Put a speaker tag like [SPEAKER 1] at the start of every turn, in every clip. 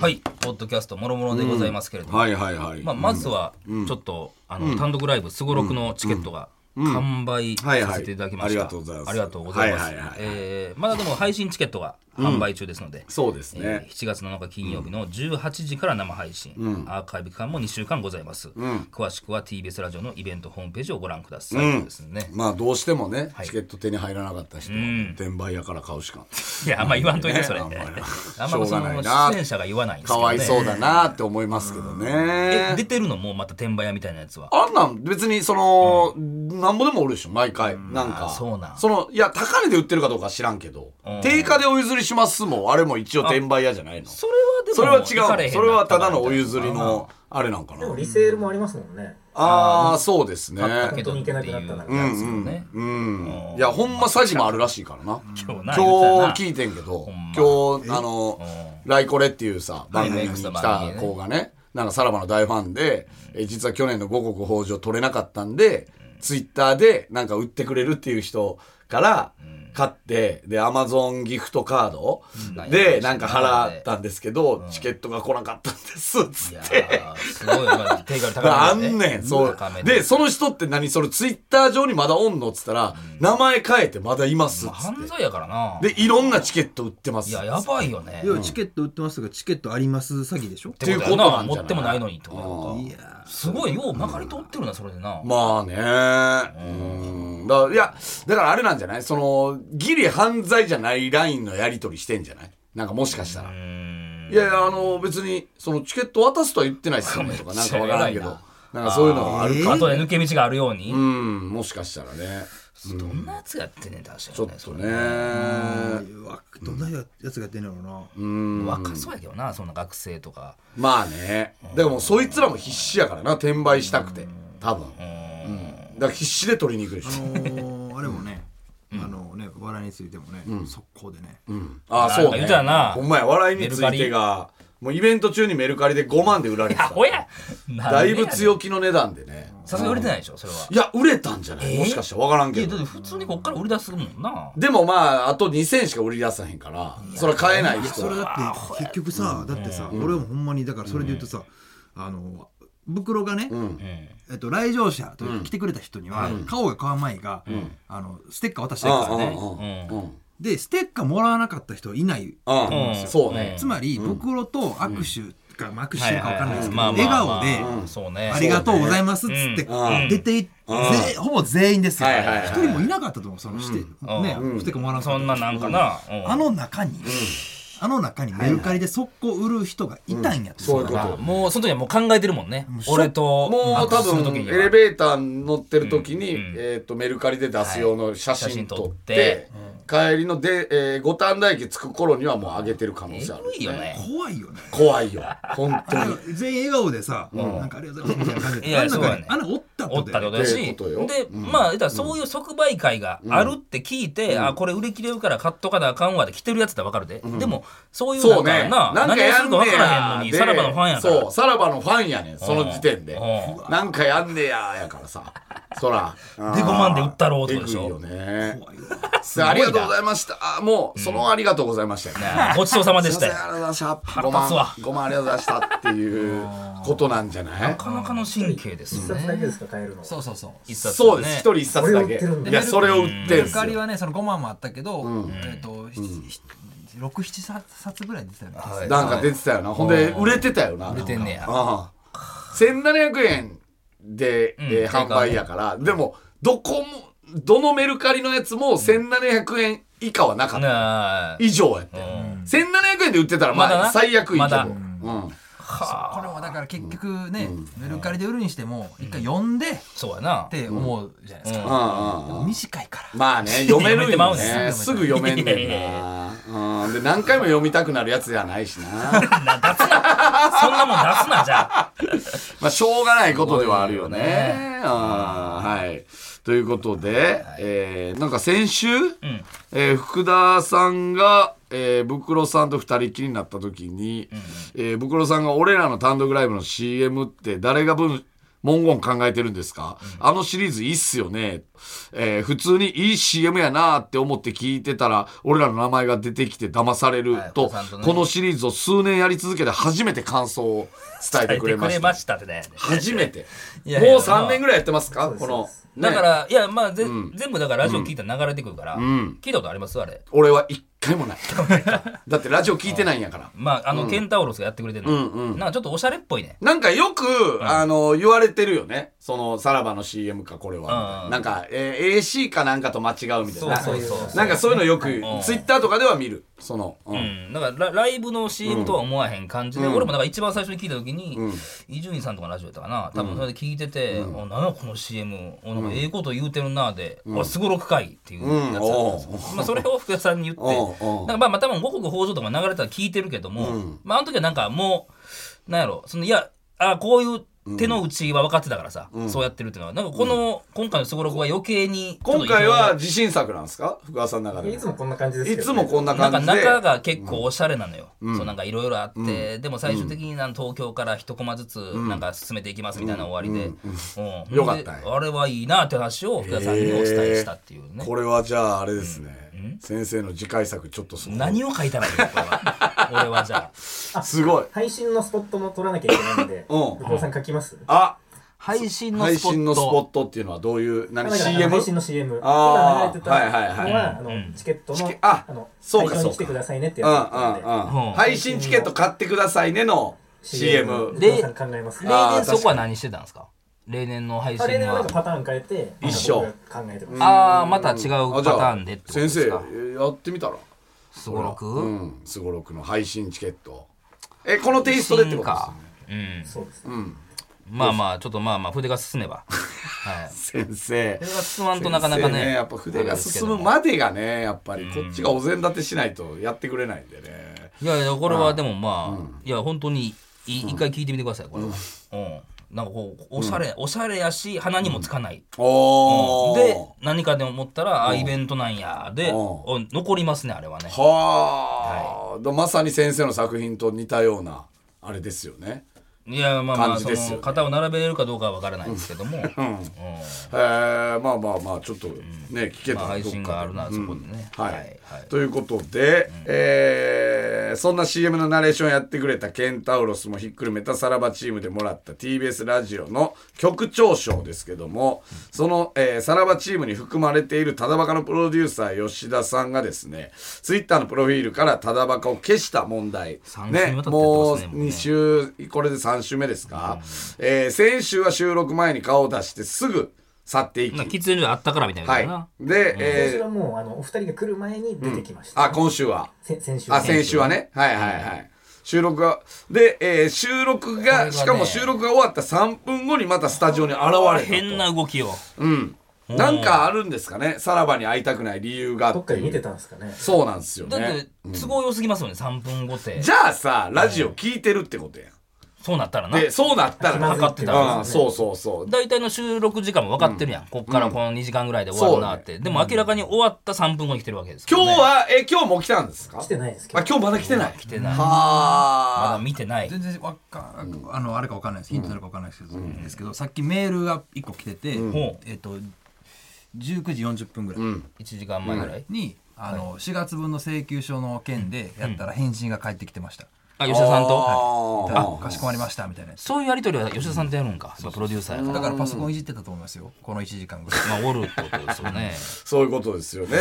[SPEAKER 1] はい、ポッドキャストもろもろでございますけれども、
[SPEAKER 2] はいはいはい。
[SPEAKER 1] まあ、まずはちょっと、あの単独ライブすごろくのチケットが完売
[SPEAKER 2] はいはい
[SPEAKER 1] させていただきました、
[SPEAKER 2] ありがとうございます
[SPEAKER 1] ありがとうございます
[SPEAKER 2] はいはいはいはい
[SPEAKER 1] えーまだでも配信チケットが販売中ですので、
[SPEAKER 2] そうです
[SPEAKER 1] えー
[SPEAKER 2] ね。
[SPEAKER 1] 7月7日金曜日の18時から生配信、アーカイブ期間も2週間ございます、詳しくは TBS ラジオのイベントホームページをご覧ください、ですね
[SPEAKER 2] まあどうしてもね、チケット手に入らなかった人は、転売屋から買うしか。
[SPEAKER 1] いやあんま言わんといて
[SPEAKER 2] ね
[SPEAKER 1] それ、
[SPEAKER 2] あんまり
[SPEAKER 1] あんまり
[SPEAKER 2] しょ
[SPEAKER 1] そ
[SPEAKER 2] が
[SPEAKER 1] う
[SPEAKER 2] ない
[SPEAKER 1] の
[SPEAKER 2] な
[SPEAKER 1] 出演者が言わないんです
[SPEAKER 2] か
[SPEAKER 1] けどね
[SPEAKER 2] わいそうだなって思いますけど
[SPEAKER 1] え出
[SPEAKER 2] ね。
[SPEAKER 1] てるのもまた転売屋みたいなやつは
[SPEAKER 2] あんなん別にその、なんぼでもおるでしょ、毎回。なん
[SPEAKER 1] あ
[SPEAKER 2] か。
[SPEAKER 1] そうなん
[SPEAKER 2] その、いや、高値で売ってるかどうかは知らんけど
[SPEAKER 1] うん、
[SPEAKER 2] 定価でお譲りしますもん、あれも一応転売屋じゃないの。
[SPEAKER 1] それはでも
[SPEAKER 2] それは違
[SPEAKER 1] 行か
[SPEAKER 2] う
[SPEAKER 1] へ
[SPEAKER 2] の。
[SPEAKER 1] んな
[SPEAKER 2] それはただのお譲りの、あれなんか
[SPEAKER 3] でも
[SPEAKER 2] な。
[SPEAKER 3] リセールもありますもんね。
[SPEAKER 2] ああ、そうですね。
[SPEAKER 1] 買ったけどっていう
[SPEAKER 3] 本当に行けなくなった
[SPEAKER 1] やつもね、
[SPEAKER 2] うん。いや、ほんま詐欺もあるらしいからな。
[SPEAKER 1] 今日な
[SPEAKER 2] 今日聞
[SPEAKER 1] 言っ
[SPEAKER 2] いてんけど、
[SPEAKER 1] んま
[SPEAKER 2] 今日、あの、ライコレっていうさ、
[SPEAKER 1] はい
[SPEAKER 2] 番組に来
[SPEAKER 1] X の番組
[SPEAKER 2] た
[SPEAKER 1] ね
[SPEAKER 2] 子がね、なんかさらばの大ファンで、えー実は去年の五穀豊穣取れなかったんで、ツイッターでなんか売ってくれるっていう人から買って、で、アマゾンギフトカード
[SPEAKER 1] うん
[SPEAKER 2] で、なんか払ったんですけど、チケットが来なかったんです、つ
[SPEAKER 1] て
[SPEAKER 2] ったて
[SPEAKER 1] な。いやーすごい、まあ、定価高め
[SPEAKER 2] あんねん、そう
[SPEAKER 1] 高め。
[SPEAKER 2] で、その人って何それツイッター上にまだおんのっつったら、名前変えてまだいますっつっ
[SPEAKER 1] 犯罪やからな
[SPEAKER 2] て。で、いろんなチケット売ってます。
[SPEAKER 1] いややばいよね
[SPEAKER 4] 要はチケット売ってますがチケットあります詐欺でしょ
[SPEAKER 1] て
[SPEAKER 2] っていうことなんじゃ
[SPEAKER 1] 持
[SPEAKER 2] ない
[SPEAKER 1] ってもないのにってこと
[SPEAKER 4] い
[SPEAKER 1] やんか
[SPEAKER 4] や
[SPEAKER 1] すごいようまかり通ってるなそれでな、
[SPEAKER 2] まあね。うん。だから、いや、だからあれなんじゃないその、ギリ犯罪じゃないラインのやり取りしてんじゃないなんかもしかしたら。
[SPEAKER 1] う
[SPEAKER 2] い
[SPEAKER 1] ん
[SPEAKER 2] やいや、あの、別に、そのチケット渡すとは言ってないっすよねとか、なんかわからんけ
[SPEAKER 1] め
[SPEAKER 2] ど
[SPEAKER 1] っち。
[SPEAKER 2] なんかそういうのがあるか。
[SPEAKER 1] あとで抜け道があるように、
[SPEAKER 2] うん、もしかしたらね。
[SPEAKER 1] どんなやつやってんねん確
[SPEAKER 2] ちょっ
[SPEAKER 1] かにね
[SPEAKER 2] と
[SPEAKER 1] それ
[SPEAKER 2] ね。
[SPEAKER 4] ーわどんなやつが出んのやろな、
[SPEAKER 1] 若そうやけどなそんな学生とか
[SPEAKER 2] まあね。でももうそいつらも必死やからな、転売したくて。多分。うん。だから必死で取りに行くでしょ。
[SPEAKER 4] おーあれもね、あのね笑いについてもね、速攻でね、
[SPEAKER 2] ああ、
[SPEAKER 1] あー
[SPEAKER 2] そうね。
[SPEAKER 1] 言うてたな
[SPEAKER 2] ほんまや、笑いについてが、もうイベント中にメルカリで5万で売られて
[SPEAKER 1] あ
[SPEAKER 2] た。
[SPEAKER 1] ほや なんでや
[SPEAKER 2] だ
[SPEAKER 1] ね
[SPEAKER 2] い
[SPEAKER 1] ん
[SPEAKER 2] ぶ強気の値段でね。
[SPEAKER 1] さすがに売れてないでしょそれはい
[SPEAKER 2] や、売れたんじゃないもしかしたらわからん
[SPEAKER 1] い
[SPEAKER 2] け
[SPEAKER 1] やだっ
[SPEAKER 2] ど
[SPEAKER 1] て。普通にこっから売り出すもんな
[SPEAKER 2] でもまあ、あと2000しか売り出さへんから、それは買えない人
[SPEAKER 4] それ
[SPEAKER 2] は。
[SPEAKER 4] だって結局さだってさ、俺もほんまにだからそれで言うとさ、あの袋がね、えっと、来場者というか来てくれた人には、顔が買わないが、あのステッカー渡してるからね、
[SPEAKER 2] うんうんうん
[SPEAKER 4] でステッカーもらわなかった人いない、
[SPEAKER 2] うんうんそうね。
[SPEAKER 4] つまり袋と握手か、まあ握手してるか分かんないですけど、
[SPEAKER 1] ははは
[SPEAKER 4] 笑顔で、
[SPEAKER 1] まあそうね
[SPEAKER 4] ありがとうございますっつって
[SPEAKER 2] うん
[SPEAKER 4] 出ていって、ぜほぼ全員ですよ
[SPEAKER 2] はいはいはい
[SPEAKER 4] 一人もいなかったと思うそのして
[SPEAKER 1] ん
[SPEAKER 4] ね
[SPEAKER 1] う
[SPEAKER 4] ふてかもらわかった
[SPEAKER 1] そんななんかな、うん
[SPEAKER 4] あの中にあの中にメルカリで速攻売る人がいたんやって
[SPEAKER 2] そういうこと
[SPEAKER 1] まあもうその時はもう考えてるもんね俺と
[SPEAKER 2] もう多
[SPEAKER 1] 握手する時
[SPEAKER 2] 分、
[SPEAKER 1] に
[SPEAKER 2] エ
[SPEAKER 1] は
[SPEAKER 2] レベーターに乗ってる時に、
[SPEAKER 1] うん
[SPEAKER 2] えっと、メルカリで出す用の写
[SPEAKER 1] はい写
[SPEAKER 2] 真
[SPEAKER 1] 真
[SPEAKER 2] 撮
[SPEAKER 1] 撮
[SPEAKER 2] っ、
[SPEAKER 1] って
[SPEAKER 2] 帰りので、えー五反田駅着く頃にはもう上げてる可能
[SPEAKER 1] え
[SPEAKER 2] 性ある
[SPEAKER 1] ぐ。いよね
[SPEAKER 4] 怖いよね
[SPEAKER 2] 怖いよ。本当に。
[SPEAKER 4] 全員笑顔でさなんかありがとうございますみたいな感じ
[SPEAKER 1] い
[SPEAKER 4] であ
[SPEAKER 1] や
[SPEAKER 4] ん
[SPEAKER 1] そう
[SPEAKER 4] 中
[SPEAKER 1] や
[SPEAKER 4] に
[SPEAKER 1] ね
[SPEAKER 4] あんなおった
[SPEAKER 1] おったってことや
[SPEAKER 2] って
[SPEAKER 1] し
[SPEAKER 2] ことよ
[SPEAKER 1] でまあ言ったらそういう即売会があるって聞いてあこれ売り切れるから買っとかなあかんわで来てるやつだわかるででもそういう
[SPEAKER 2] そ
[SPEAKER 1] な
[SPEAKER 2] うんね。
[SPEAKER 1] かな
[SPEAKER 2] なんか
[SPEAKER 1] 何をす
[SPEAKER 2] や
[SPEAKER 1] る
[SPEAKER 2] ん
[SPEAKER 1] か
[SPEAKER 2] ね
[SPEAKER 1] わからへん
[SPEAKER 2] や
[SPEAKER 1] のに
[SPEAKER 2] で
[SPEAKER 1] さらばのファンやから
[SPEAKER 2] そう、さらばのファンやねん、その時点で
[SPEAKER 1] うんう。
[SPEAKER 2] なんかやんねや、やからさ。そら。
[SPEAKER 1] で5万で売ったろうって
[SPEAKER 2] え
[SPEAKER 1] こと
[SPEAKER 2] ぐ
[SPEAKER 1] で
[SPEAKER 2] い
[SPEAKER 1] しょ
[SPEAKER 2] よね。
[SPEAKER 1] す
[SPEAKER 2] で
[SPEAKER 1] ご
[SPEAKER 2] あ
[SPEAKER 1] いな
[SPEAKER 2] りがとうございました。あもう、そのありがとうございましたよね。
[SPEAKER 1] ねごちそうさまです
[SPEAKER 2] い
[SPEAKER 1] し
[SPEAKER 2] ま
[SPEAKER 1] た
[SPEAKER 2] せん
[SPEAKER 1] よ
[SPEAKER 2] ありがとうございました。
[SPEAKER 1] 腹
[SPEAKER 2] 5
[SPEAKER 1] 立つわ
[SPEAKER 2] 万、5万ありがとうございましたっていうことなんじゃない
[SPEAKER 1] なかなかの神経です
[SPEAKER 3] 一
[SPEAKER 1] よ
[SPEAKER 3] 冊
[SPEAKER 1] ね
[SPEAKER 3] だけですか買えるの。
[SPEAKER 5] そうそうそう
[SPEAKER 1] 一冊
[SPEAKER 2] そうです。一
[SPEAKER 1] ね
[SPEAKER 2] 人一冊だけ
[SPEAKER 3] これを売ってるん。だ
[SPEAKER 2] いや、それを売って
[SPEAKER 5] メ
[SPEAKER 2] ん
[SPEAKER 5] ル
[SPEAKER 2] す
[SPEAKER 5] カリ
[SPEAKER 2] よ。
[SPEAKER 5] はねその5万もあったけど、えっ、と、67冊冊ぐらい出てたよね、
[SPEAKER 1] い
[SPEAKER 2] なんか出てたよな。ほんで、売れてたよな。
[SPEAKER 1] 売れてんねや
[SPEAKER 2] ああ1700円で、えー
[SPEAKER 1] うん
[SPEAKER 2] 販売やからでもどこもどのメルカリのやつも1700円以下はなかった、
[SPEAKER 1] なあ
[SPEAKER 2] 以上やって、1700円で売ってたら
[SPEAKER 1] まだ
[SPEAKER 2] まあ
[SPEAKER 1] な
[SPEAKER 2] 最悪いいけ
[SPEAKER 1] ま
[SPEAKER 2] ど、
[SPEAKER 1] だ
[SPEAKER 2] うん
[SPEAKER 5] これもだから結局ね、メルカリで売るにしても一回読んでっ
[SPEAKER 1] そうやな
[SPEAKER 5] て思うじゃないですか、
[SPEAKER 2] うんうんうん
[SPEAKER 5] 短いから
[SPEAKER 2] まあね 読める
[SPEAKER 1] 読めてま
[SPEAKER 2] よ
[SPEAKER 1] う
[SPEAKER 2] ね
[SPEAKER 1] ね
[SPEAKER 2] すぐ読めんねん
[SPEAKER 1] いやいやい
[SPEAKER 2] な、うん、で何回も読みたくなるやつじゃないしな
[SPEAKER 1] そんなもん出すなじゃ あ
[SPEAKER 2] まあしょうがないことではあるよねうんはいということで、えーなんか先週、えー福田さんが、えー、ブクロさんと二人きりになった時に、えーブクロさんが俺らの単独ライブの CM って誰が文文言考えてるんですか、あのシリーズいいっすよね、えー普通にいい CM やなーって思って聞いてたら俺らの名前が出てきて騙される
[SPEAKER 1] はい
[SPEAKER 2] と、
[SPEAKER 1] お子さんとね
[SPEAKER 2] このシリーズを数年やり続けて初めて感想を伝え
[SPEAKER 1] 書
[SPEAKER 2] て
[SPEAKER 1] い
[SPEAKER 2] く
[SPEAKER 1] て
[SPEAKER 2] れ
[SPEAKER 1] く
[SPEAKER 2] ま
[SPEAKER 1] れ
[SPEAKER 2] し
[SPEAKER 1] ま
[SPEAKER 2] た
[SPEAKER 1] したってね。
[SPEAKER 2] 初めて
[SPEAKER 1] いやいや
[SPEAKER 2] もう3年ぐらいやってますかこの、
[SPEAKER 1] だか
[SPEAKER 2] ね
[SPEAKER 1] ら、いや、まあ、ぜ全部だからラジオ聞いたら流れてくるから、聞いたことありますあれ。
[SPEAKER 2] 俺は一回もない だってラジオ聞いてないんやから
[SPEAKER 1] まあ、あの、ケンタウロスがやってくれてるの。なんかちょっとおしゃれっぽいね。
[SPEAKER 2] なんかよく、あの、言われてるよね。その、さらばの CM か、これは。
[SPEAKER 1] うん
[SPEAKER 2] なんか、えー AC かなんかと間違うみたいな。
[SPEAKER 1] そうそうそう
[SPEAKER 2] なんかそういうのよく、
[SPEAKER 1] ん
[SPEAKER 2] ツイッターとかでは見る。その、うん
[SPEAKER 1] うん、だからラライブの CM とは思わへん感じで、俺もだから一番最初に聞いた時に伊集院さんとかのラジオやったかな多分それで聞いてて「おなんやこの CM おなんかええこと言うてるな」で「俺すごろくかい」っていうやつだったんですよまあ、それを福田さんに言
[SPEAKER 2] おう
[SPEAKER 1] って
[SPEAKER 2] おう
[SPEAKER 1] だからまあまあ多分五穀豊穣とか流れたら聞いてるけども、まああの時はなんかもうなんやろそのいやあこういう手の内は分かってたからさ、そうやってるっていうのはなんかこの、今回のすごろくは余計に
[SPEAKER 2] 今回は自信作なんですか福川さんの中で。
[SPEAKER 3] いつもこんな感じですけ
[SPEAKER 2] い
[SPEAKER 3] ど、
[SPEAKER 2] つもこんな
[SPEAKER 1] なんか
[SPEAKER 2] 感じで。
[SPEAKER 1] 中が結構おしゃれなのよ、そうなんかいろいろあって、でも最終的になん東京から一コマずつなんか進めていきますみたいな終わりで、うん
[SPEAKER 2] よかったね
[SPEAKER 1] であれはいいなって話を福田さんにお伝えしたっていうね、
[SPEAKER 2] これはじゃあ、あれですね。先生の次回作、ちょっとその
[SPEAKER 1] 何を書いたらいいのこれは俺はじゃ
[SPEAKER 2] すごい。
[SPEAKER 3] 配信のスポットも取らなきゃいけないので、
[SPEAKER 2] うん
[SPEAKER 3] 武藤さん書きます
[SPEAKER 2] あ、
[SPEAKER 1] あ配信の
[SPEAKER 2] 配
[SPEAKER 1] スポット
[SPEAKER 2] 信のスポットっていうのはどういう、何
[SPEAKER 3] だからあの
[SPEAKER 2] CM?
[SPEAKER 3] 配信の CM。
[SPEAKER 2] あー
[SPEAKER 3] 今流れてたのは、
[SPEAKER 2] はいはい
[SPEAKER 3] あのチケット
[SPEAKER 2] チ
[SPEAKER 3] の
[SPEAKER 2] ケあ
[SPEAKER 3] の
[SPEAKER 2] そうか
[SPEAKER 3] 会
[SPEAKER 2] そ
[SPEAKER 3] 場
[SPEAKER 2] うか
[SPEAKER 3] に来てくださいねって
[SPEAKER 2] うんう
[SPEAKER 3] や
[SPEAKER 2] ん
[SPEAKER 3] つだったんで、
[SPEAKER 2] うん
[SPEAKER 1] うん
[SPEAKER 2] 配信チケット買ってくださいねの CM。
[SPEAKER 3] 武藤さん考えます。あ
[SPEAKER 1] 例
[SPEAKER 2] あー
[SPEAKER 1] 年そこは何してたんですか例年の配信
[SPEAKER 3] れではなんか
[SPEAKER 1] は
[SPEAKER 3] パターン変えて、
[SPEAKER 2] 一緒
[SPEAKER 3] 僕が考えてます。
[SPEAKER 1] ああまた違うパターンでってことで
[SPEAKER 2] 先生
[SPEAKER 1] すか
[SPEAKER 2] やってみたら
[SPEAKER 1] すごろく
[SPEAKER 2] うんすごろくの配信チケットえこのテイストでってこと
[SPEAKER 1] かうん
[SPEAKER 3] そうです。
[SPEAKER 1] まあまあちょっとまあまあ筆が進 めばはい
[SPEAKER 2] ですよね先生
[SPEAKER 1] 筆が進まんとなかなかね
[SPEAKER 2] 先生やっぱ筆が進むまでがねやっぱりこっちがお膳立てしないとやってくれないんでね
[SPEAKER 1] いやいやこれはでもまあ、いや本当にい一回聞いてみてくださいこれは、うんなんかこうおしゃれ、おしゃれやし鼻にもつかない、
[SPEAKER 2] おお
[SPEAKER 1] で何かで思ったらあイベントなんやで
[SPEAKER 2] うん
[SPEAKER 1] お残りますねあれはね
[SPEAKER 2] はあだまさに先生の作品と似たようなあれですよね
[SPEAKER 1] いやまあま
[SPEAKER 2] 感
[SPEAKER 1] あ
[SPEAKER 2] じ
[SPEAKER 1] そ
[SPEAKER 2] ですよね
[SPEAKER 1] の型を並べれるかどうかは分からないですけども、うん
[SPEAKER 2] えーまあまあまあちょっとね聞けた
[SPEAKER 1] まあ
[SPEAKER 2] ら
[SPEAKER 1] 配
[SPEAKER 2] どっ
[SPEAKER 1] 信
[SPEAKER 2] か
[SPEAKER 1] が
[SPEAKER 2] で
[SPEAKER 1] あるならそこでね、
[SPEAKER 2] はい、
[SPEAKER 1] はい
[SPEAKER 2] ということで、えーそんな CM のナレーションやってくれたケンタウロスもひっくるめたさらばチームでもらった TBS ラジオの局長賞ですけども、その、えーさらばチームに含まれているただバカのプロデューサー吉田さんがですねツイッターのプロフィールからただバカを消した問題
[SPEAKER 1] 三週にわたってや
[SPEAKER 2] ね
[SPEAKER 1] ってますね
[SPEAKER 2] もう
[SPEAKER 1] もうね
[SPEAKER 2] 2週これで3週目ですか、えー先週は収録前に顔を出してすぐ去っていき、
[SPEAKER 1] なんか喫煙所あったからみたいな
[SPEAKER 2] は
[SPEAKER 1] な、
[SPEAKER 2] い、で、えー
[SPEAKER 3] 私はもうあのお二人が来る前に出てきました。
[SPEAKER 2] あ今週は
[SPEAKER 3] せ先週
[SPEAKER 2] あ、先週はね。はいはいはい。収録が、で、えー収録
[SPEAKER 1] これが
[SPEAKER 2] が、
[SPEAKER 1] ね
[SPEAKER 2] しかも収録が終わった3分後にまたスタジオに現れたと。
[SPEAKER 1] 変な動きを
[SPEAKER 2] うん。なんかあるんですかね。さらばに会いたくない理由が
[SPEAKER 3] ど
[SPEAKER 2] あ
[SPEAKER 3] っ
[SPEAKER 2] って
[SPEAKER 3] かで
[SPEAKER 2] い
[SPEAKER 3] 見て
[SPEAKER 2] う。
[SPEAKER 3] たんですかね。
[SPEAKER 2] そうなんですよ
[SPEAKER 1] だっ
[SPEAKER 2] ね
[SPEAKER 1] て。都合良すぎますよね3分後って
[SPEAKER 2] じゃあさ、ラジオ聞いてるってことやん。
[SPEAKER 1] そうなったらな
[SPEAKER 2] で、そうなったら
[SPEAKER 1] かかってた
[SPEAKER 2] うん
[SPEAKER 1] ら
[SPEAKER 2] ん、そうそうそう。
[SPEAKER 1] 大体の収録時間も分かってるやん、こっからこの2時間ぐらいで終わるなって、でも明らかに終わった3分後に来てるわけです
[SPEAKER 2] 今日
[SPEAKER 1] は
[SPEAKER 2] は、え、今日も来たんですか
[SPEAKER 3] 来てないですけど
[SPEAKER 2] あ、。今日まだ来てない。
[SPEAKER 1] 来てないまだ
[SPEAKER 2] あ
[SPEAKER 1] 見てない
[SPEAKER 5] 全然わっかあのあれかわかんないですヒントになるかわかんないですけど,、ですけどさっきメールが1個来てて、
[SPEAKER 1] ん
[SPEAKER 5] えっ、と19時40分ぐらい
[SPEAKER 1] 1時間前ぐらい、
[SPEAKER 5] に、あの4月分の請求書の件でやったら返信が返ってきてました、
[SPEAKER 1] あ吉田さんと
[SPEAKER 2] あー
[SPEAKER 5] あかしこまりましたみたいなやつ
[SPEAKER 1] そういうやり取りは吉田さんとやるんか、やっぱプロデューサーやか
[SPEAKER 5] だ
[SPEAKER 1] ら、
[SPEAKER 5] からパソコンいじってたと思いますよこの1時間ぐらい
[SPEAKER 1] まあおるってことですよね
[SPEAKER 2] そういうことですよね。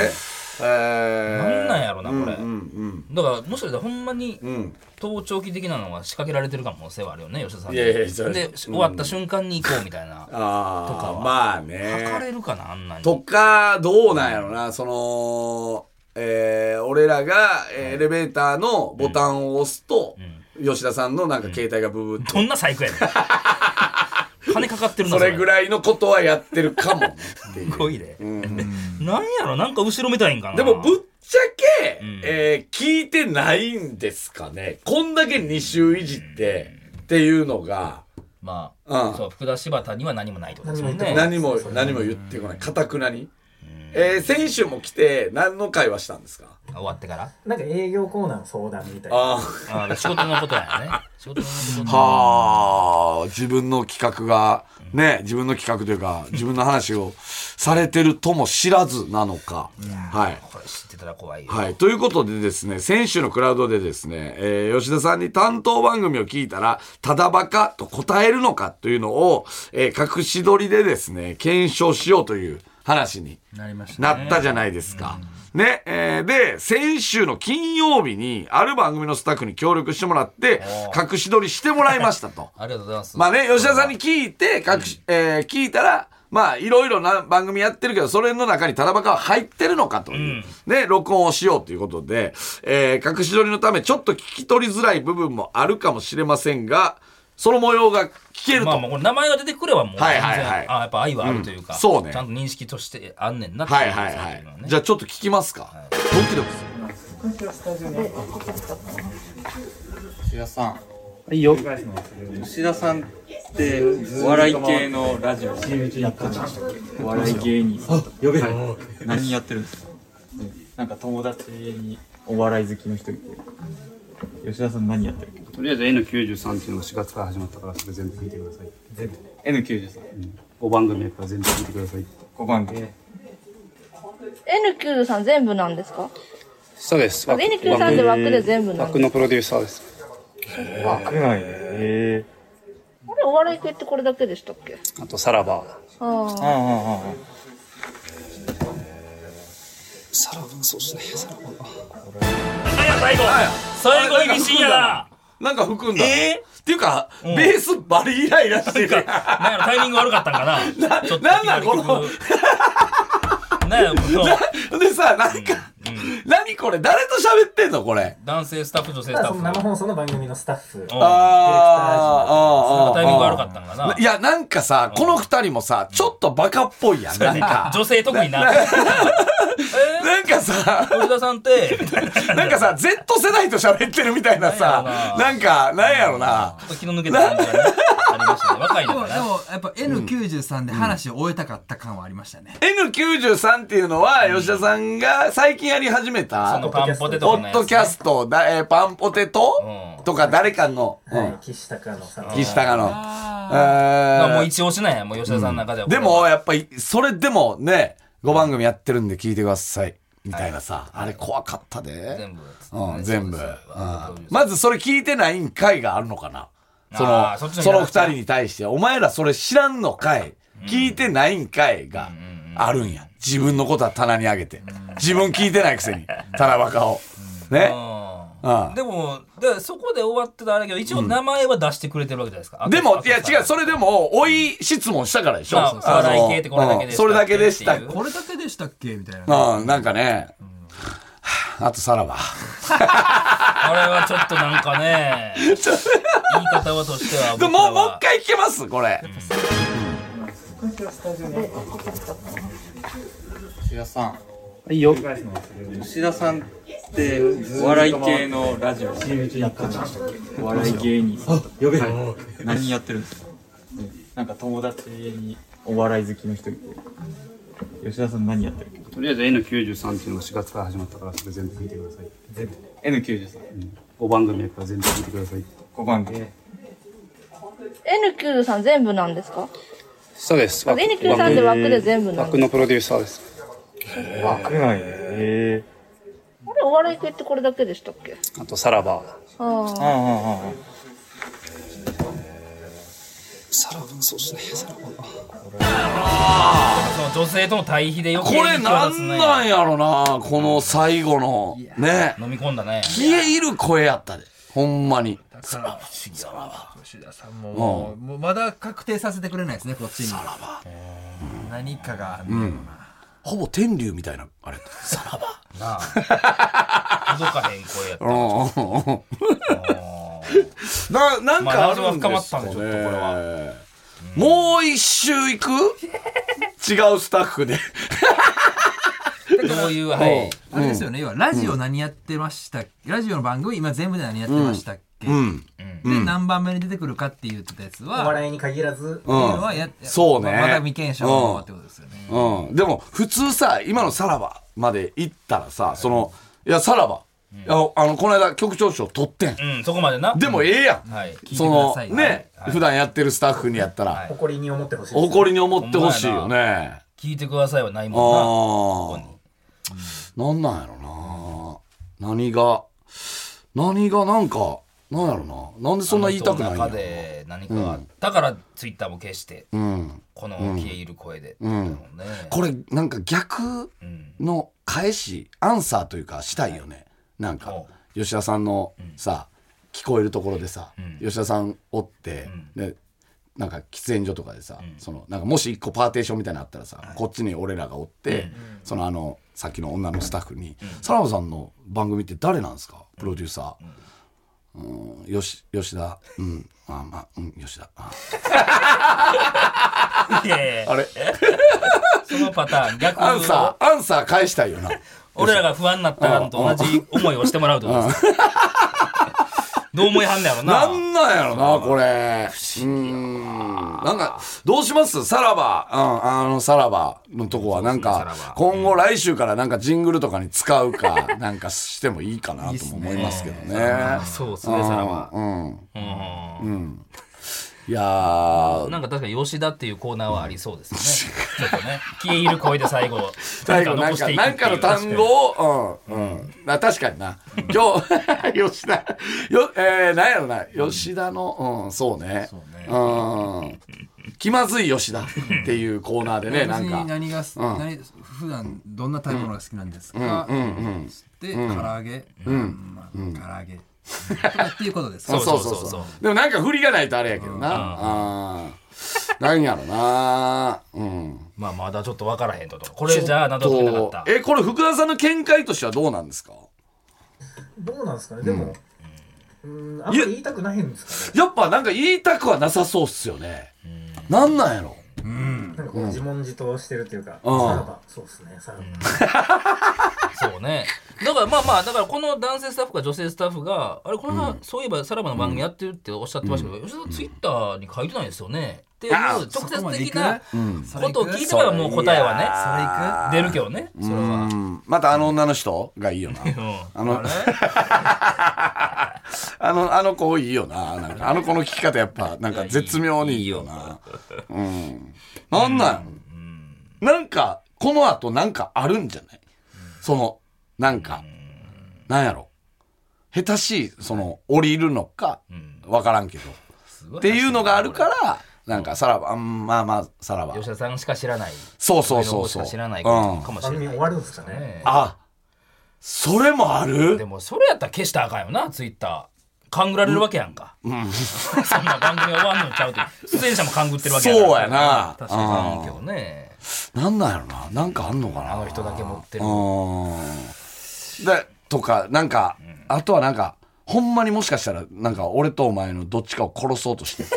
[SPEAKER 2] えー
[SPEAKER 1] なんなんやろなこれ、
[SPEAKER 2] うんうん。
[SPEAKER 1] だからもしかしたらほんまに
[SPEAKER 2] ん
[SPEAKER 1] 盗聴器的なのは仕掛けられてる可能性はあるよね吉田さんに
[SPEAKER 2] いやいやそれ
[SPEAKER 1] で、終わった瞬間に行こうみたいな
[SPEAKER 2] あー
[SPEAKER 1] とかは
[SPEAKER 2] まあ
[SPEAKER 1] 測
[SPEAKER 2] ね
[SPEAKER 1] れるかなあんなに
[SPEAKER 2] とかどうなんやろなそのえー俺らがえーエレベーターのボタンを押すと、吉田さんのなんか携帯がブブッと、
[SPEAKER 1] どんな 最高やねん金かかってるな
[SPEAKER 2] それぐ
[SPEAKER 1] い
[SPEAKER 2] らいのことはやってるか もねっていう
[SPEAKER 1] すごいで、なんやろなんか後ろめたいんかな
[SPEAKER 2] でもぶっちゃけ、
[SPEAKER 1] ん
[SPEAKER 2] えー聞いてないんですかねこんだけ2週いじって、っていうのが
[SPEAKER 1] まあ、
[SPEAKER 2] うん
[SPEAKER 1] そう福田柴田には何もないってことですもん
[SPEAKER 3] 何
[SPEAKER 1] ね。
[SPEAKER 2] 何も何も言ってこないかたくなに。えー、先週も来て何の会話したんですか
[SPEAKER 1] 終わってから
[SPEAKER 3] なんか営業コーナーの相談みたいな。
[SPEAKER 2] あー
[SPEAKER 1] あー仕事のことやね仕事の こと
[SPEAKER 2] はあ自分の企画がね自分の企画というか自分の話をされてるとも知らずなのか、はい
[SPEAKER 1] これ知ってたら怖いよ、
[SPEAKER 2] はい。ということでですね、先週のクラウドでですね、えー吉田さんに担当番組を聞いたら、ただバカと答えるのかというのを、えー隠し撮りでですね、検証しようという話に
[SPEAKER 5] なりました
[SPEAKER 2] なったじゃないですか。ね、えーで、先週の金曜日に、ある番組のスタッフに協力してもらって、隠し撮りしてもらいましたと。
[SPEAKER 1] ありがとうございます
[SPEAKER 2] まあね、吉田さんに聞いて、隠し、えー聞いたら、まあ、いろいろな番組やってるけど、それの中にタラバカは入ってるのかという、ね、録音をしようということで、えー隠し撮りのため、ちょっと聞き取りづらい部分もあるかもしれませんが、その模様が聞けると。
[SPEAKER 1] まあまあこれ名前が出てくればもう全然、
[SPEAKER 2] はいはいはい
[SPEAKER 1] あやっぱ愛はあるというか、
[SPEAKER 2] うんそうね
[SPEAKER 1] ちゃんと認識としてあんねんなって
[SPEAKER 2] はいはいはい。じ
[SPEAKER 1] じ
[SPEAKER 2] ゃ
[SPEAKER 1] ゃ
[SPEAKER 2] あちょっと聞きますか。ドキドキする。
[SPEAKER 6] 吉田さん。いいよ。吉田さんって、お笑い系のラジオ。お笑い芸人さんとか。はい何やってるんですかなんか友達にお笑い好きの人いて。吉田さん何やってる
[SPEAKER 7] とりあえず N93 っていうのが4月から始まったからそれ全部聞いてください
[SPEAKER 6] ?N93。
[SPEAKER 7] 5番組やから全部聞いてください
[SPEAKER 6] 5番で。
[SPEAKER 8] N9 さん全部なんですか
[SPEAKER 7] そうです枠
[SPEAKER 8] ?N9 さんって枠で全部な
[SPEAKER 7] 枠
[SPEAKER 8] んですか
[SPEAKER 7] のプロデューサーです
[SPEAKER 6] 枠内で。
[SPEAKER 8] これお笑い系ってこれだけでしたっけ
[SPEAKER 7] あとさらば
[SPEAKER 8] あ
[SPEAKER 6] ああ、ああ、ああ。
[SPEAKER 7] さらばそうですねさらば
[SPEAKER 1] あ最後最後に深夜だ
[SPEAKER 2] なんか含んだ。えっていうか、 ベースバリイライラしてる。
[SPEAKER 1] なんやろタイミング悪かったんかなちょっと
[SPEAKER 2] なんなんこの
[SPEAKER 1] なんやろこ の
[SPEAKER 2] でさ、なんか、何これ誰と喋ってんのこれ。
[SPEAKER 1] 男性スタッフ女性ス
[SPEAKER 3] た
[SPEAKER 1] タ
[SPEAKER 3] だそ
[SPEAKER 1] ッ
[SPEAKER 3] の
[SPEAKER 1] フ
[SPEAKER 3] 生放送の番組のスタッフ。
[SPEAKER 1] う
[SPEAKER 2] あ
[SPEAKER 1] ん
[SPEAKER 2] ーあー、あーあー。
[SPEAKER 1] タイミング悪かったんかない
[SPEAKER 2] や、なんかさ、この二人もさ、ちょっとバカっぽいやん。なんか。
[SPEAKER 1] 女性特にな
[SPEAKER 2] なんか さ、
[SPEAKER 1] 吉田さんってみたいなちょ
[SPEAKER 2] なんかさ、Z 世代と喋ってるみたいなさ、なんか、なんやろな。
[SPEAKER 1] っと気の抜けた感じがねありましたね若いの
[SPEAKER 5] でも
[SPEAKER 1] か
[SPEAKER 5] で
[SPEAKER 1] な
[SPEAKER 5] もやっぱ N93 で話を終えたかった感はありましたね、
[SPEAKER 2] N93 っていうのは、吉田さんが最近やり始め
[SPEAKER 1] そ
[SPEAKER 2] た、
[SPEAKER 1] の
[SPEAKER 2] ポ
[SPEAKER 1] パンポテトの
[SPEAKER 2] ッ
[SPEAKER 1] やつね
[SPEAKER 2] ドキャスト、だえーパンポテト
[SPEAKER 1] うん
[SPEAKER 2] とか誰かの、う
[SPEAKER 3] はい
[SPEAKER 2] ん。
[SPEAKER 3] 岸高野さん。
[SPEAKER 2] 岸高の。
[SPEAKER 1] まあ
[SPEAKER 2] え
[SPEAKER 1] も
[SPEAKER 2] ー
[SPEAKER 1] う一押しなんやもう吉田さんの中では
[SPEAKER 2] でも、やっぱり、それでもね、5番組やってるんで聞いてください。みたいなさ、あれ怖かったで。
[SPEAKER 1] 全部
[SPEAKER 2] うん、全部。うん
[SPEAKER 1] ま
[SPEAKER 2] まずそれ聞いてないんかいがあるのかなその、
[SPEAKER 1] あーそっちの
[SPEAKER 2] その二人に対して、お前らそれ知らんのかい聞いてないんかいがあるんや。自分のことは棚にあげて。自分聞いてないくせ に、棚バカを。ね。うん
[SPEAKER 1] でもでそこで終わってたあれやけど一応名前は出してくれてるわけじゃないですか、
[SPEAKER 2] でも、いや
[SPEAKER 1] あと
[SPEAKER 2] 違う、それでも、追い質問したからでしょ。
[SPEAKER 1] まあ
[SPEAKER 2] の
[SPEAKER 1] 笑い系ってこれだけでしたっけ
[SPEAKER 2] うんそれだけでしたっ
[SPEAKER 1] って
[SPEAKER 2] け
[SPEAKER 1] いう
[SPEAKER 5] これだけでしたっけみたいな
[SPEAKER 2] うん、なんかね、はああとさらば。
[SPEAKER 1] あれはちょっとなんかね言い方はとして
[SPEAKER 2] で
[SPEAKER 1] は僕 ら
[SPEAKER 2] もう、
[SPEAKER 1] は
[SPEAKER 2] もう一回聞けますこれ。
[SPEAKER 6] 吉田さん。いいよ。吉田さんって、お笑い系のラジオ。お笑い芸人さんとか。はい何やってるんですかなんか友達にお笑い好きの人いて。吉田さん何やってる
[SPEAKER 7] とりあえず N93 っていうのが4月から始まったからそれ全部聞いてください
[SPEAKER 6] ?N93。
[SPEAKER 7] 5番組やから全部聞いてください
[SPEAKER 6] 5番で。
[SPEAKER 8] N9 さん全部なんですか
[SPEAKER 7] そうです枠
[SPEAKER 8] ?N9 さんって枠で全部なん
[SPEAKER 7] 枠
[SPEAKER 8] ですか
[SPEAKER 7] のプロデューサーです
[SPEAKER 6] 枠内で。
[SPEAKER 8] これお笑い系ってこれだけでしたっけ
[SPEAKER 7] あとさらば
[SPEAKER 8] あ
[SPEAKER 6] ああ、ああ、ああ。
[SPEAKER 7] さらばそうですねさらば
[SPEAKER 1] その女性との対比で余
[SPEAKER 2] こ
[SPEAKER 1] 計
[SPEAKER 2] れ
[SPEAKER 1] に
[SPEAKER 2] なんなんやろな、この最後の。ね。
[SPEAKER 1] 飲み込んだね
[SPEAKER 2] 消え入る声やったで。ほんまに。さらば。
[SPEAKER 5] 吉田さんももうもうまだ確定させてくれないですねこっちに何かがあんねやろな
[SPEAKER 2] ほぼ天竜みたいな、あれ。さらば。
[SPEAKER 1] なあ届かへん声やった
[SPEAKER 2] な、なんかあるん
[SPEAKER 1] まあ謎が深ま
[SPEAKER 2] で
[SPEAKER 1] っ
[SPEAKER 2] す
[SPEAKER 1] た
[SPEAKER 2] か
[SPEAKER 1] ん
[SPEAKER 2] ね
[SPEAKER 1] でちょっとこれ
[SPEAKER 2] もう一周行 く違うスタッフで。
[SPEAKER 1] どういうはい
[SPEAKER 5] あれですよね要はラジオ何やってましたっけラジオの番組今全部で何やってましたっけ、
[SPEAKER 2] うん。
[SPEAKER 5] で何番目に出てくるかって言ってたやつ
[SPEAKER 3] お
[SPEAKER 5] は、ってい
[SPEAKER 3] 笑いに限らず、
[SPEAKER 2] うん
[SPEAKER 5] うのはや
[SPEAKER 2] そうね
[SPEAKER 5] ままだ未検証のってことですよね、
[SPEAKER 2] うん、でも普通さ今の「さらば」まで行ったらさその「いやさらば」いやあのこの間局長賞取ってん
[SPEAKER 1] うん、そこまでな。
[SPEAKER 2] でもええやん、
[SPEAKER 1] はい。
[SPEAKER 5] いて
[SPEAKER 2] そ
[SPEAKER 5] くだ
[SPEAKER 2] の
[SPEAKER 5] さい
[SPEAKER 2] ね、
[SPEAKER 1] はい
[SPEAKER 2] 普段やってるスタッフにやったら、
[SPEAKER 1] はい
[SPEAKER 3] 誇りに思ってほしいです。
[SPEAKER 2] 誇りに思ってほしいよね
[SPEAKER 1] 聞いてくださいはない
[SPEAKER 2] ああ
[SPEAKER 1] もんな。ここ
[SPEAKER 2] ーなんなんやろな何が何がなんかなんやろななんでそんな言いたくないんや
[SPEAKER 1] あ
[SPEAKER 2] ろ
[SPEAKER 1] の人の中で何かがあったからツイッターも消して、
[SPEAKER 2] うん、
[SPEAKER 1] この消え入る声で。うん。ね。
[SPEAKER 2] これなんか逆
[SPEAKER 1] うん。
[SPEAKER 2] の返しアンサーというかしたいよね、なんか
[SPEAKER 1] お
[SPEAKER 2] 吉田さんのさ、聞こえるところでさ、
[SPEAKER 1] ん
[SPEAKER 2] 吉田さんおって、でなんか喫煙所とかでさ、そのなんかもし一個パーテーションみたいなのあったらさ、こっちに俺らがおって、そのあのさっきの女のスタッフに「さらばさんの番組って誰なんですかプロデューサー」うんよし吉田うんあまあうん吉田あ
[SPEAKER 1] いやいや
[SPEAKER 2] あれ
[SPEAKER 1] そのパターン、逆
[SPEAKER 2] アンサーアンサー返したいよな
[SPEAKER 1] 俺らが不安になったのと同じ思いをしてもらうってことです。 どう思いはんねやろ
[SPEAKER 2] な
[SPEAKER 1] な。
[SPEAKER 2] んなんやろな、これ。うーん。なんか、どうしますさらば、うん、あの、さらばのとこは、なん
[SPEAKER 1] そうそうさら
[SPEAKER 2] か
[SPEAKER 1] ば、
[SPEAKER 2] 今後来週からなんかジングルとかに使うか、 なんかしてもいいかなとも思いますけどね。
[SPEAKER 1] そうっすね、さらば。
[SPEAKER 2] うん。
[SPEAKER 1] うん
[SPEAKER 2] いやー、
[SPEAKER 1] なんか確かに吉田っていうコーナーはありそうですね。ちょっとね、消え入る声で最 後、
[SPEAKER 2] 最後なん
[SPEAKER 1] 残し
[SPEAKER 2] か、
[SPEAKER 1] ていく
[SPEAKER 2] な
[SPEAKER 1] っ
[SPEAKER 2] ん
[SPEAKER 1] てい
[SPEAKER 2] か
[SPEAKER 1] う
[SPEAKER 2] の単語を、うん、うん。あ確かにな。今日、 吉田、よ、えー、なんやろな、吉田の、うん、そうね。うん。気まずい吉田っていうコーナーで ね、
[SPEAKER 5] 別
[SPEAKER 2] なんか
[SPEAKER 5] に。何がす、
[SPEAKER 2] うん
[SPEAKER 5] 何普段どんな食べ物が好きなんですか、
[SPEAKER 2] うんうん
[SPEAKER 5] で唐揚げ、うんまあ、唐揚げ、とかっていうことです
[SPEAKER 2] そ
[SPEAKER 5] か
[SPEAKER 2] うそうそうそう
[SPEAKER 1] そうそうそう
[SPEAKER 2] でもなんか振りがないとあれやけどな、あーなんやろなうん
[SPEAKER 1] まあまだちょっと分からへんととこれじゃあなんとも言えなかった
[SPEAKER 2] えこれ福田さんの見解としてはどうなんですか
[SPEAKER 3] どうなんですかね、でも、うん、あんまり言いたくないんですか
[SPEAKER 2] やっぱなんか言いたくはなさそうっすよねなんなんやろ
[SPEAKER 3] ね。なんかこう自問自答してるというか、
[SPEAKER 2] うん
[SPEAKER 3] さらば、そうですね、さらば。
[SPEAKER 1] そうねだからまあまあだからこの男性スタッフか女性スタッフがあれこの間、そういえばさらばの番組やってるっておっしゃってましたけど、吉田さんツイッターに書いてないですよねっていう
[SPEAKER 2] あ
[SPEAKER 1] 直接的なことを聞いて
[SPEAKER 5] そ
[SPEAKER 1] か
[SPEAKER 5] れ
[SPEAKER 1] らもう答え
[SPEAKER 5] それ
[SPEAKER 1] はね
[SPEAKER 5] 行く
[SPEAKER 1] 出るけどねそれは。
[SPEAKER 2] うんまたあの女の人がいいよな
[SPEAKER 1] うん
[SPEAKER 2] あの
[SPEAKER 1] あ れ
[SPEAKER 2] あのあの子いいよななんかあの子の聞き方やっぱなんか絶妙にいいよなうんなんなん、なんかこの後なんかあるんじゃないそのなんか、なんやろ下手しいその降りるのかわからんけど、
[SPEAKER 1] すご
[SPEAKER 2] っていうのがあるからなんかさらばうんまあまあさらば
[SPEAKER 1] 吉田さんしか知らない
[SPEAKER 2] そうそうそう
[SPEAKER 1] 俺の方し
[SPEAKER 2] そ
[SPEAKER 1] か
[SPEAKER 2] う
[SPEAKER 1] 知らない
[SPEAKER 2] うん
[SPEAKER 1] ことかもし
[SPEAKER 3] 番
[SPEAKER 1] れ
[SPEAKER 3] 組
[SPEAKER 1] ない
[SPEAKER 3] 終わるんですかね。
[SPEAKER 1] ね
[SPEAKER 2] あそれもある
[SPEAKER 1] でもそれやったら消したらあかんよなツイッター勘ぐられるわけやんか、 そんな番組終わんのちゃうって出演者も勘ぐってるわけから
[SPEAKER 2] そうやな
[SPEAKER 1] 確かに勘ぐるけどね
[SPEAKER 2] なんなんやろななんかあんのかな
[SPEAKER 1] あの人だけ持ってる
[SPEAKER 2] うんでとかなんか、あとはなんかほんまにもしかしたらなんか俺とお前のどっちかを殺そうとして て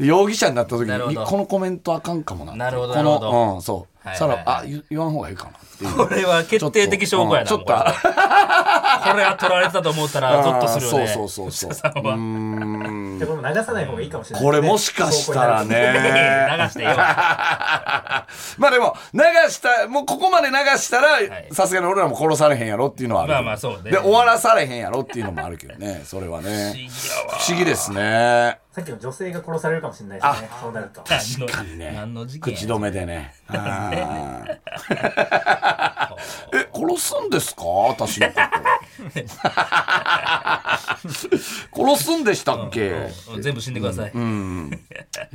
[SPEAKER 2] で容疑者になった時
[SPEAKER 1] なる
[SPEAKER 2] に
[SPEAKER 1] ほど
[SPEAKER 2] このコメントあかんかもなって
[SPEAKER 1] なるほど
[SPEAKER 2] こ
[SPEAKER 1] なるほ
[SPEAKER 2] の、うん、そう、
[SPEAKER 1] はい
[SPEAKER 2] さ
[SPEAKER 1] はいはい
[SPEAKER 2] らあ言言わん方がいいかなっていう
[SPEAKER 1] これは決定的証拠やな
[SPEAKER 2] ちょっと、うん
[SPEAKER 1] もう
[SPEAKER 2] ちょっと
[SPEAKER 1] これこれは取られてたと思ったらゾッとするよね
[SPEAKER 2] そうそうそうそう
[SPEAKER 1] うーん
[SPEAKER 3] でこれも流さない方がいいかもしれない
[SPEAKER 2] こ
[SPEAKER 3] ですね。
[SPEAKER 2] れもしかしたら
[SPEAKER 1] 流
[SPEAKER 2] ね
[SPEAKER 1] してよ
[SPEAKER 2] まあでも流したもうここまで流したら
[SPEAKER 1] い
[SPEAKER 2] さすがに俺らも殺されへんやろっていうのはある
[SPEAKER 1] まあまあそうね
[SPEAKER 2] で終わらされへんやろっていうのもあるけどねそれはね
[SPEAKER 1] 不思議
[SPEAKER 2] 不思議ですね
[SPEAKER 3] さっきの女性が殺されるかもしれないですね。そうなると。
[SPEAKER 1] 確かに
[SPEAKER 2] ね
[SPEAKER 1] 何の事件
[SPEAKER 2] 口
[SPEAKER 1] や
[SPEAKER 2] 止めでね。あーえ、殺すんですか私の こと。殺すんでしたっけ
[SPEAKER 1] うん全部死んでくださ
[SPEAKER 2] い
[SPEAKER 1] い、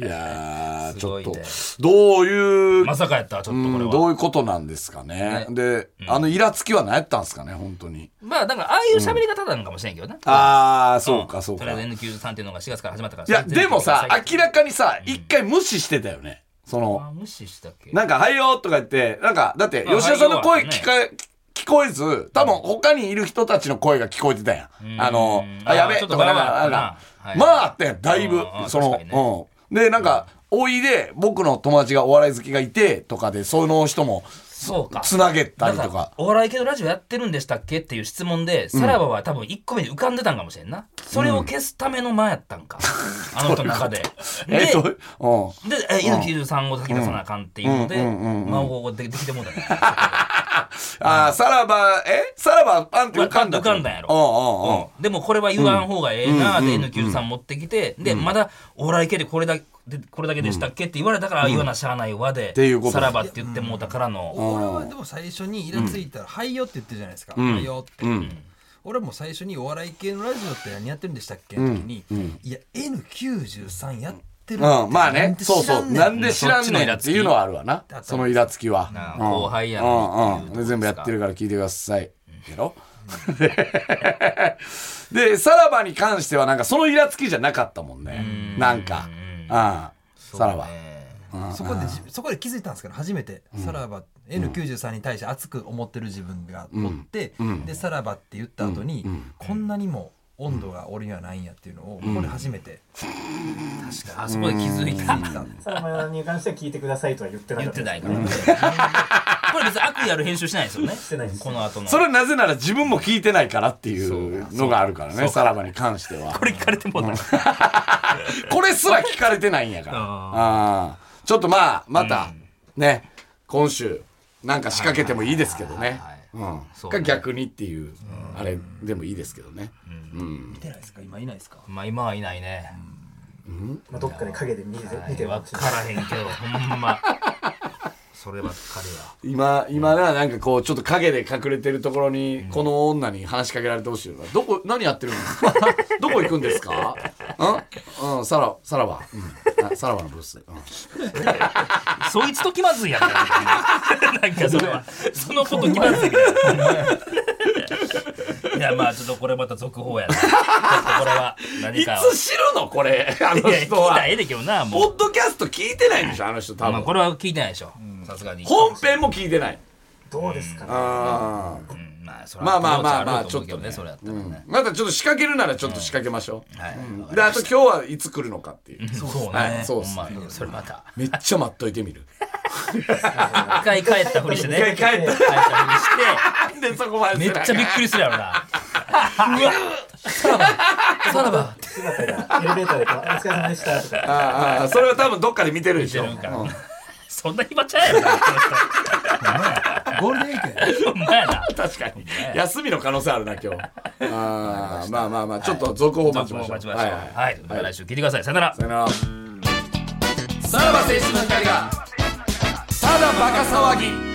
[SPEAKER 2] やー、
[SPEAKER 1] す
[SPEAKER 2] ちょ
[SPEAKER 1] ご
[SPEAKER 2] っ
[SPEAKER 1] い
[SPEAKER 2] と
[SPEAKER 1] ね、
[SPEAKER 2] どういう、
[SPEAKER 1] まさかやったわちょっとこれ
[SPEAKER 2] うん
[SPEAKER 1] は、
[SPEAKER 2] どういうことなんですかね。で、あのイラつきは何やったんですかね、本当に。
[SPEAKER 1] まあだからああいう喋り方なのかもしれんけどな、
[SPEAKER 2] あー、そうか、そう
[SPEAKER 1] と
[SPEAKER 2] か。
[SPEAKER 1] りあえず
[SPEAKER 2] い
[SPEAKER 1] N93 っていうのが4月から始まったから
[SPEAKER 2] や、でもさ、明ら
[SPEAKER 1] か
[SPEAKER 2] かにさ、一回無視してたよね。その、
[SPEAKER 1] 無視したっけ
[SPEAKER 2] なんか、はいよーとか言って、なんか、だって、
[SPEAKER 1] まあ
[SPEAKER 2] 吉田さんの
[SPEAKER 1] は
[SPEAKER 2] 声
[SPEAKER 1] いよーはね
[SPEAKER 2] 聞か、聞こえず、多分他にいる人たちの声が聞こえてたやん。あの、
[SPEAKER 1] あ
[SPEAKER 2] あ、
[SPEAKER 1] ー
[SPEAKER 2] やべえ
[SPEAKER 1] ちょっ
[SPEAKER 2] と
[SPEAKER 1] と
[SPEAKER 2] か、なん
[SPEAKER 1] バラバ
[SPEAKER 2] か、なん
[SPEAKER 1] ラやな
[SPEAKER 2] か
[SPEAKER 1] はい、
[SPEAKER 2] まああってん、だいぶ
[SPEAKER 1] うんう、ん
[SPEAKER 2] そ
[SPEAKER 1] 確かに
[SPEAKER 2] の、うん。で、なんか、おいで、僕の友達がお笑い好きがいて、とかで、その人も
[SPEAKER 1] そうか
[SPEAKER 2] つなげた
[SPEAKER 1] だ
[SPEAKER 2] り
[SPEAKER 1] か
[SPEAKER 2] と
[SPEAKER 1] ら
[SPEAKER 2] か。
[SPEAKER 1] お笑い系のラジオやってるんでしたっけっていう質問で、さらばは多分1個目に浮かんでたんかもしれんな。それを消すための間やっ たんか。あの人の中で。で、
[SPEAKER 2] えっと、
[SPEAKER 1] で、
[SPEAKER 2] うん。
[SPEAKER 1] え猪木さんを先出さなあかんっていうので、間をできてもうたんや
[SPEAKER 2] あー、さらば、えさらば、パンって浮かんだ。
[SPEAKER 1] 浮かんだんやろ
[SPEAKER 2] うんうんうん。
[SPEAKER 1] でもこれは言わん方がええな
[SPEAKER 2] うん
[SPEAKER 1] ーって N93 持ってきて、でまだお笑い系でこれだけでこれだけでしたっけって言われたから、あ言わなしゃあないわで
[SPEAKER 2] ていうこと
[SPEAKER 1] さらばって言ってもうたからの、
[SPEAKER 5] 俺はでも最初にイラついたら「はいよ」って言ってるじゃないですか「はいよ」って、俺も最初にお笑い系のラジオって何やってるんでしたっけの時に、いや N93 やってるって
[SPEAKER 2] うん、まあね、そうそ
[SPEAKER 5] な
[SPEAKER 2] う。
[SPEAKER 5] んで知
[SPEAKER 2] な
[SPEAKER 5] ら
[SPEAKER 2] ん
[SPEAKER 5] ね
[SPEAKER 2] んで知ら
[SPEAKER 5] ん
[SPEAKER 2] んねんっていうのはあるわな
[SPEAKER 5] だ。と
[SPEAKER 2] そのイラつきは
[SPEAKER 1] なあ。
[SPEAKER 2] うん
[SPEAKER 1] 後輩や
[SPEAKER 2] う
[SPEAKER 1] ねんってい
[SPEAKER 2] う
[SPEAKER 1] うん
[SPEAKER 2] ん。で全部やってるから聞いてください。やろで、さらばに関してはなんかそのイラつきじゃなかったもんね。なんか。ああ、さらば。
[SPEAKER 5] そこでじそこで気づいたんですけど初めて、さらば N93 に対して熱く思ってる自分がおって、でさらばって言った後に、こんなにも温度が俺にはないんやっていうのを、これ初めて
[SPEAKER 1] あそこで気づいた。
[SPEAKER 3] さらばに関しては聞いてくださいとは言ってなか
[SPEAKER 1] 言っ
[SPEAKER 3] っ
[SPEAKER 1] たて
[SPEAKER 3] です
[SPEAKER 1] ないから。これ別に悪意ある編集しないですよね。
[SPEAKER 3] てないです
[SPEAKER 1] この後の。
[SPEAKER 2] それなぜなら自分も聞いてないからっていうのがあるからね、さらばに関しては。
[SPEAKER 1] これ聞かれてもうた。
[SPEAKER 2] これすら聞かれてないんやから。あーちょっとまあ、また、ね、今週、なんか仕掛けてもいいですけどね。うん。
[SPEAKER 1] そうね
[SPEAKER 2] か逆にっていう、あれでもいいですけどね。
[SPEAKER 5] 見てないですか今いないですか
[SPEAKER 1] まあ今はいないね。
[SPEAKER 3] まあ、どっかで影で見て見
[SPEAKER 1] 見
[SPEAKER 3] て
[SPEAKER 1] て
[SPEAKER 3] は
[SPEAKER 1] わ
[SPEAKER 3] ほしい
[SPEAKER 1] からへんけど、ほんま。そればっかり
[SPEAKER 2] 今、
[SPEAKER 1] は。
[SPEAKER 2] 今な、なんかこう、ちょっと影で隠れてるところに、この女に話しかけられてほしいよな。どこ、何やってるんですか どこ行くんですかうんうん、さら、さらば。うんあさらばのブース。うん
[SPEAKER 1] そいつと気まず いやん。なんかそれは、そのこと気まずい やん。いやまあちょっとこれまた続報やな。ちょっとこれは何
[SPEAKER 2] い
[SPEAKER 1] かを。
[SPEAKER 2] つ知るのこれ、あの
[SPEAKER 1] いや聞い
[SPEAKER 2] 人
[SPEAKER 1] たら
[SPEAKER 2] は
[SPEAKER 1] え。えでけどな、も
[SPEAKER 2] ポ
[SPEAKER 1] う
[SPEAKER 2] ッ。ドキャスト聞いてないんでしょ、あの人多
[SPEAKER 1] まあこ
[SPEAKER 2] 分。
[SPEAKER 1] れは聞いてないでしょ。さすがに。
[SPEAKER 2] 本編も聞いてない。
[SPEAKER 3] どうですかね
[SPEAKER 2] あー
[SPEAKER 1] うんまあそ
[SPEAKER 2] まあまあまあまあ
[SPEAKER 1] ちょっとね
[SPEAKER 2] ち
[SPEAKER 1] そ
[SPEAKER 2] ょ
[SPEAKER 1] れやったらね。
[SPEAKER 2] またちょっと仕掛けるならちょっと仕掛けましょ
[SPEAKER 1] はい。
[SPEAKER 2] う。で、あと今日はいつ来るのかっていう。
[SPEAKER 1] そう
[SPEAKER 2] は
[SPEAKER 1] ね。
[SPEAKER 2] いそうっす
[SPEAKER 1] ほんまにそれまた。
[SPEAKER 2] めっちゃ待っといてみる。
[SPEAKER 1] 一回帰ったふりしてね。
[SPEAKER 2] 一回帰った
[SPEAKER 1] 帰ったふりし
[SPEAKER 2] なんでそこまで
[SPEAKER 1] て、めっちゃびっくりするやろな。うわさらば、さらば。
[SPEAKER 3] 姿がエレベーターでこう「お疲れ様でした」とか
[SPEAKER 2] あーあー、それは多分どっかで見てるでしょ。
[SPEAKER 1] 見てるから
[SPEAKER 2] うん
[SPEAKER 1] そんな暇ちゃうやろな。こ
[SPEAKER 5] ゴールデンウィークや
[SPEAKER 1] の人ほんまやな。
[SPEAKER 2] 確かに。休みの可能性あるな、今 日。ああ、まあまあまあ、ちょっと続報待ち
[SPEAKER 1] 僕
[SPEAKER 2] ま
[SPEAKER 1] も
[SPEAKER 2] しょう。
[SPEAKER 1] 待ちましょう。
[SPEAKER 2] はい
[SPEAKER 1] はい。また来週聞いてください。さよなら。
[SPEAKER 2] さよなら。さらば青春の光が、ただバカ騒ぎ。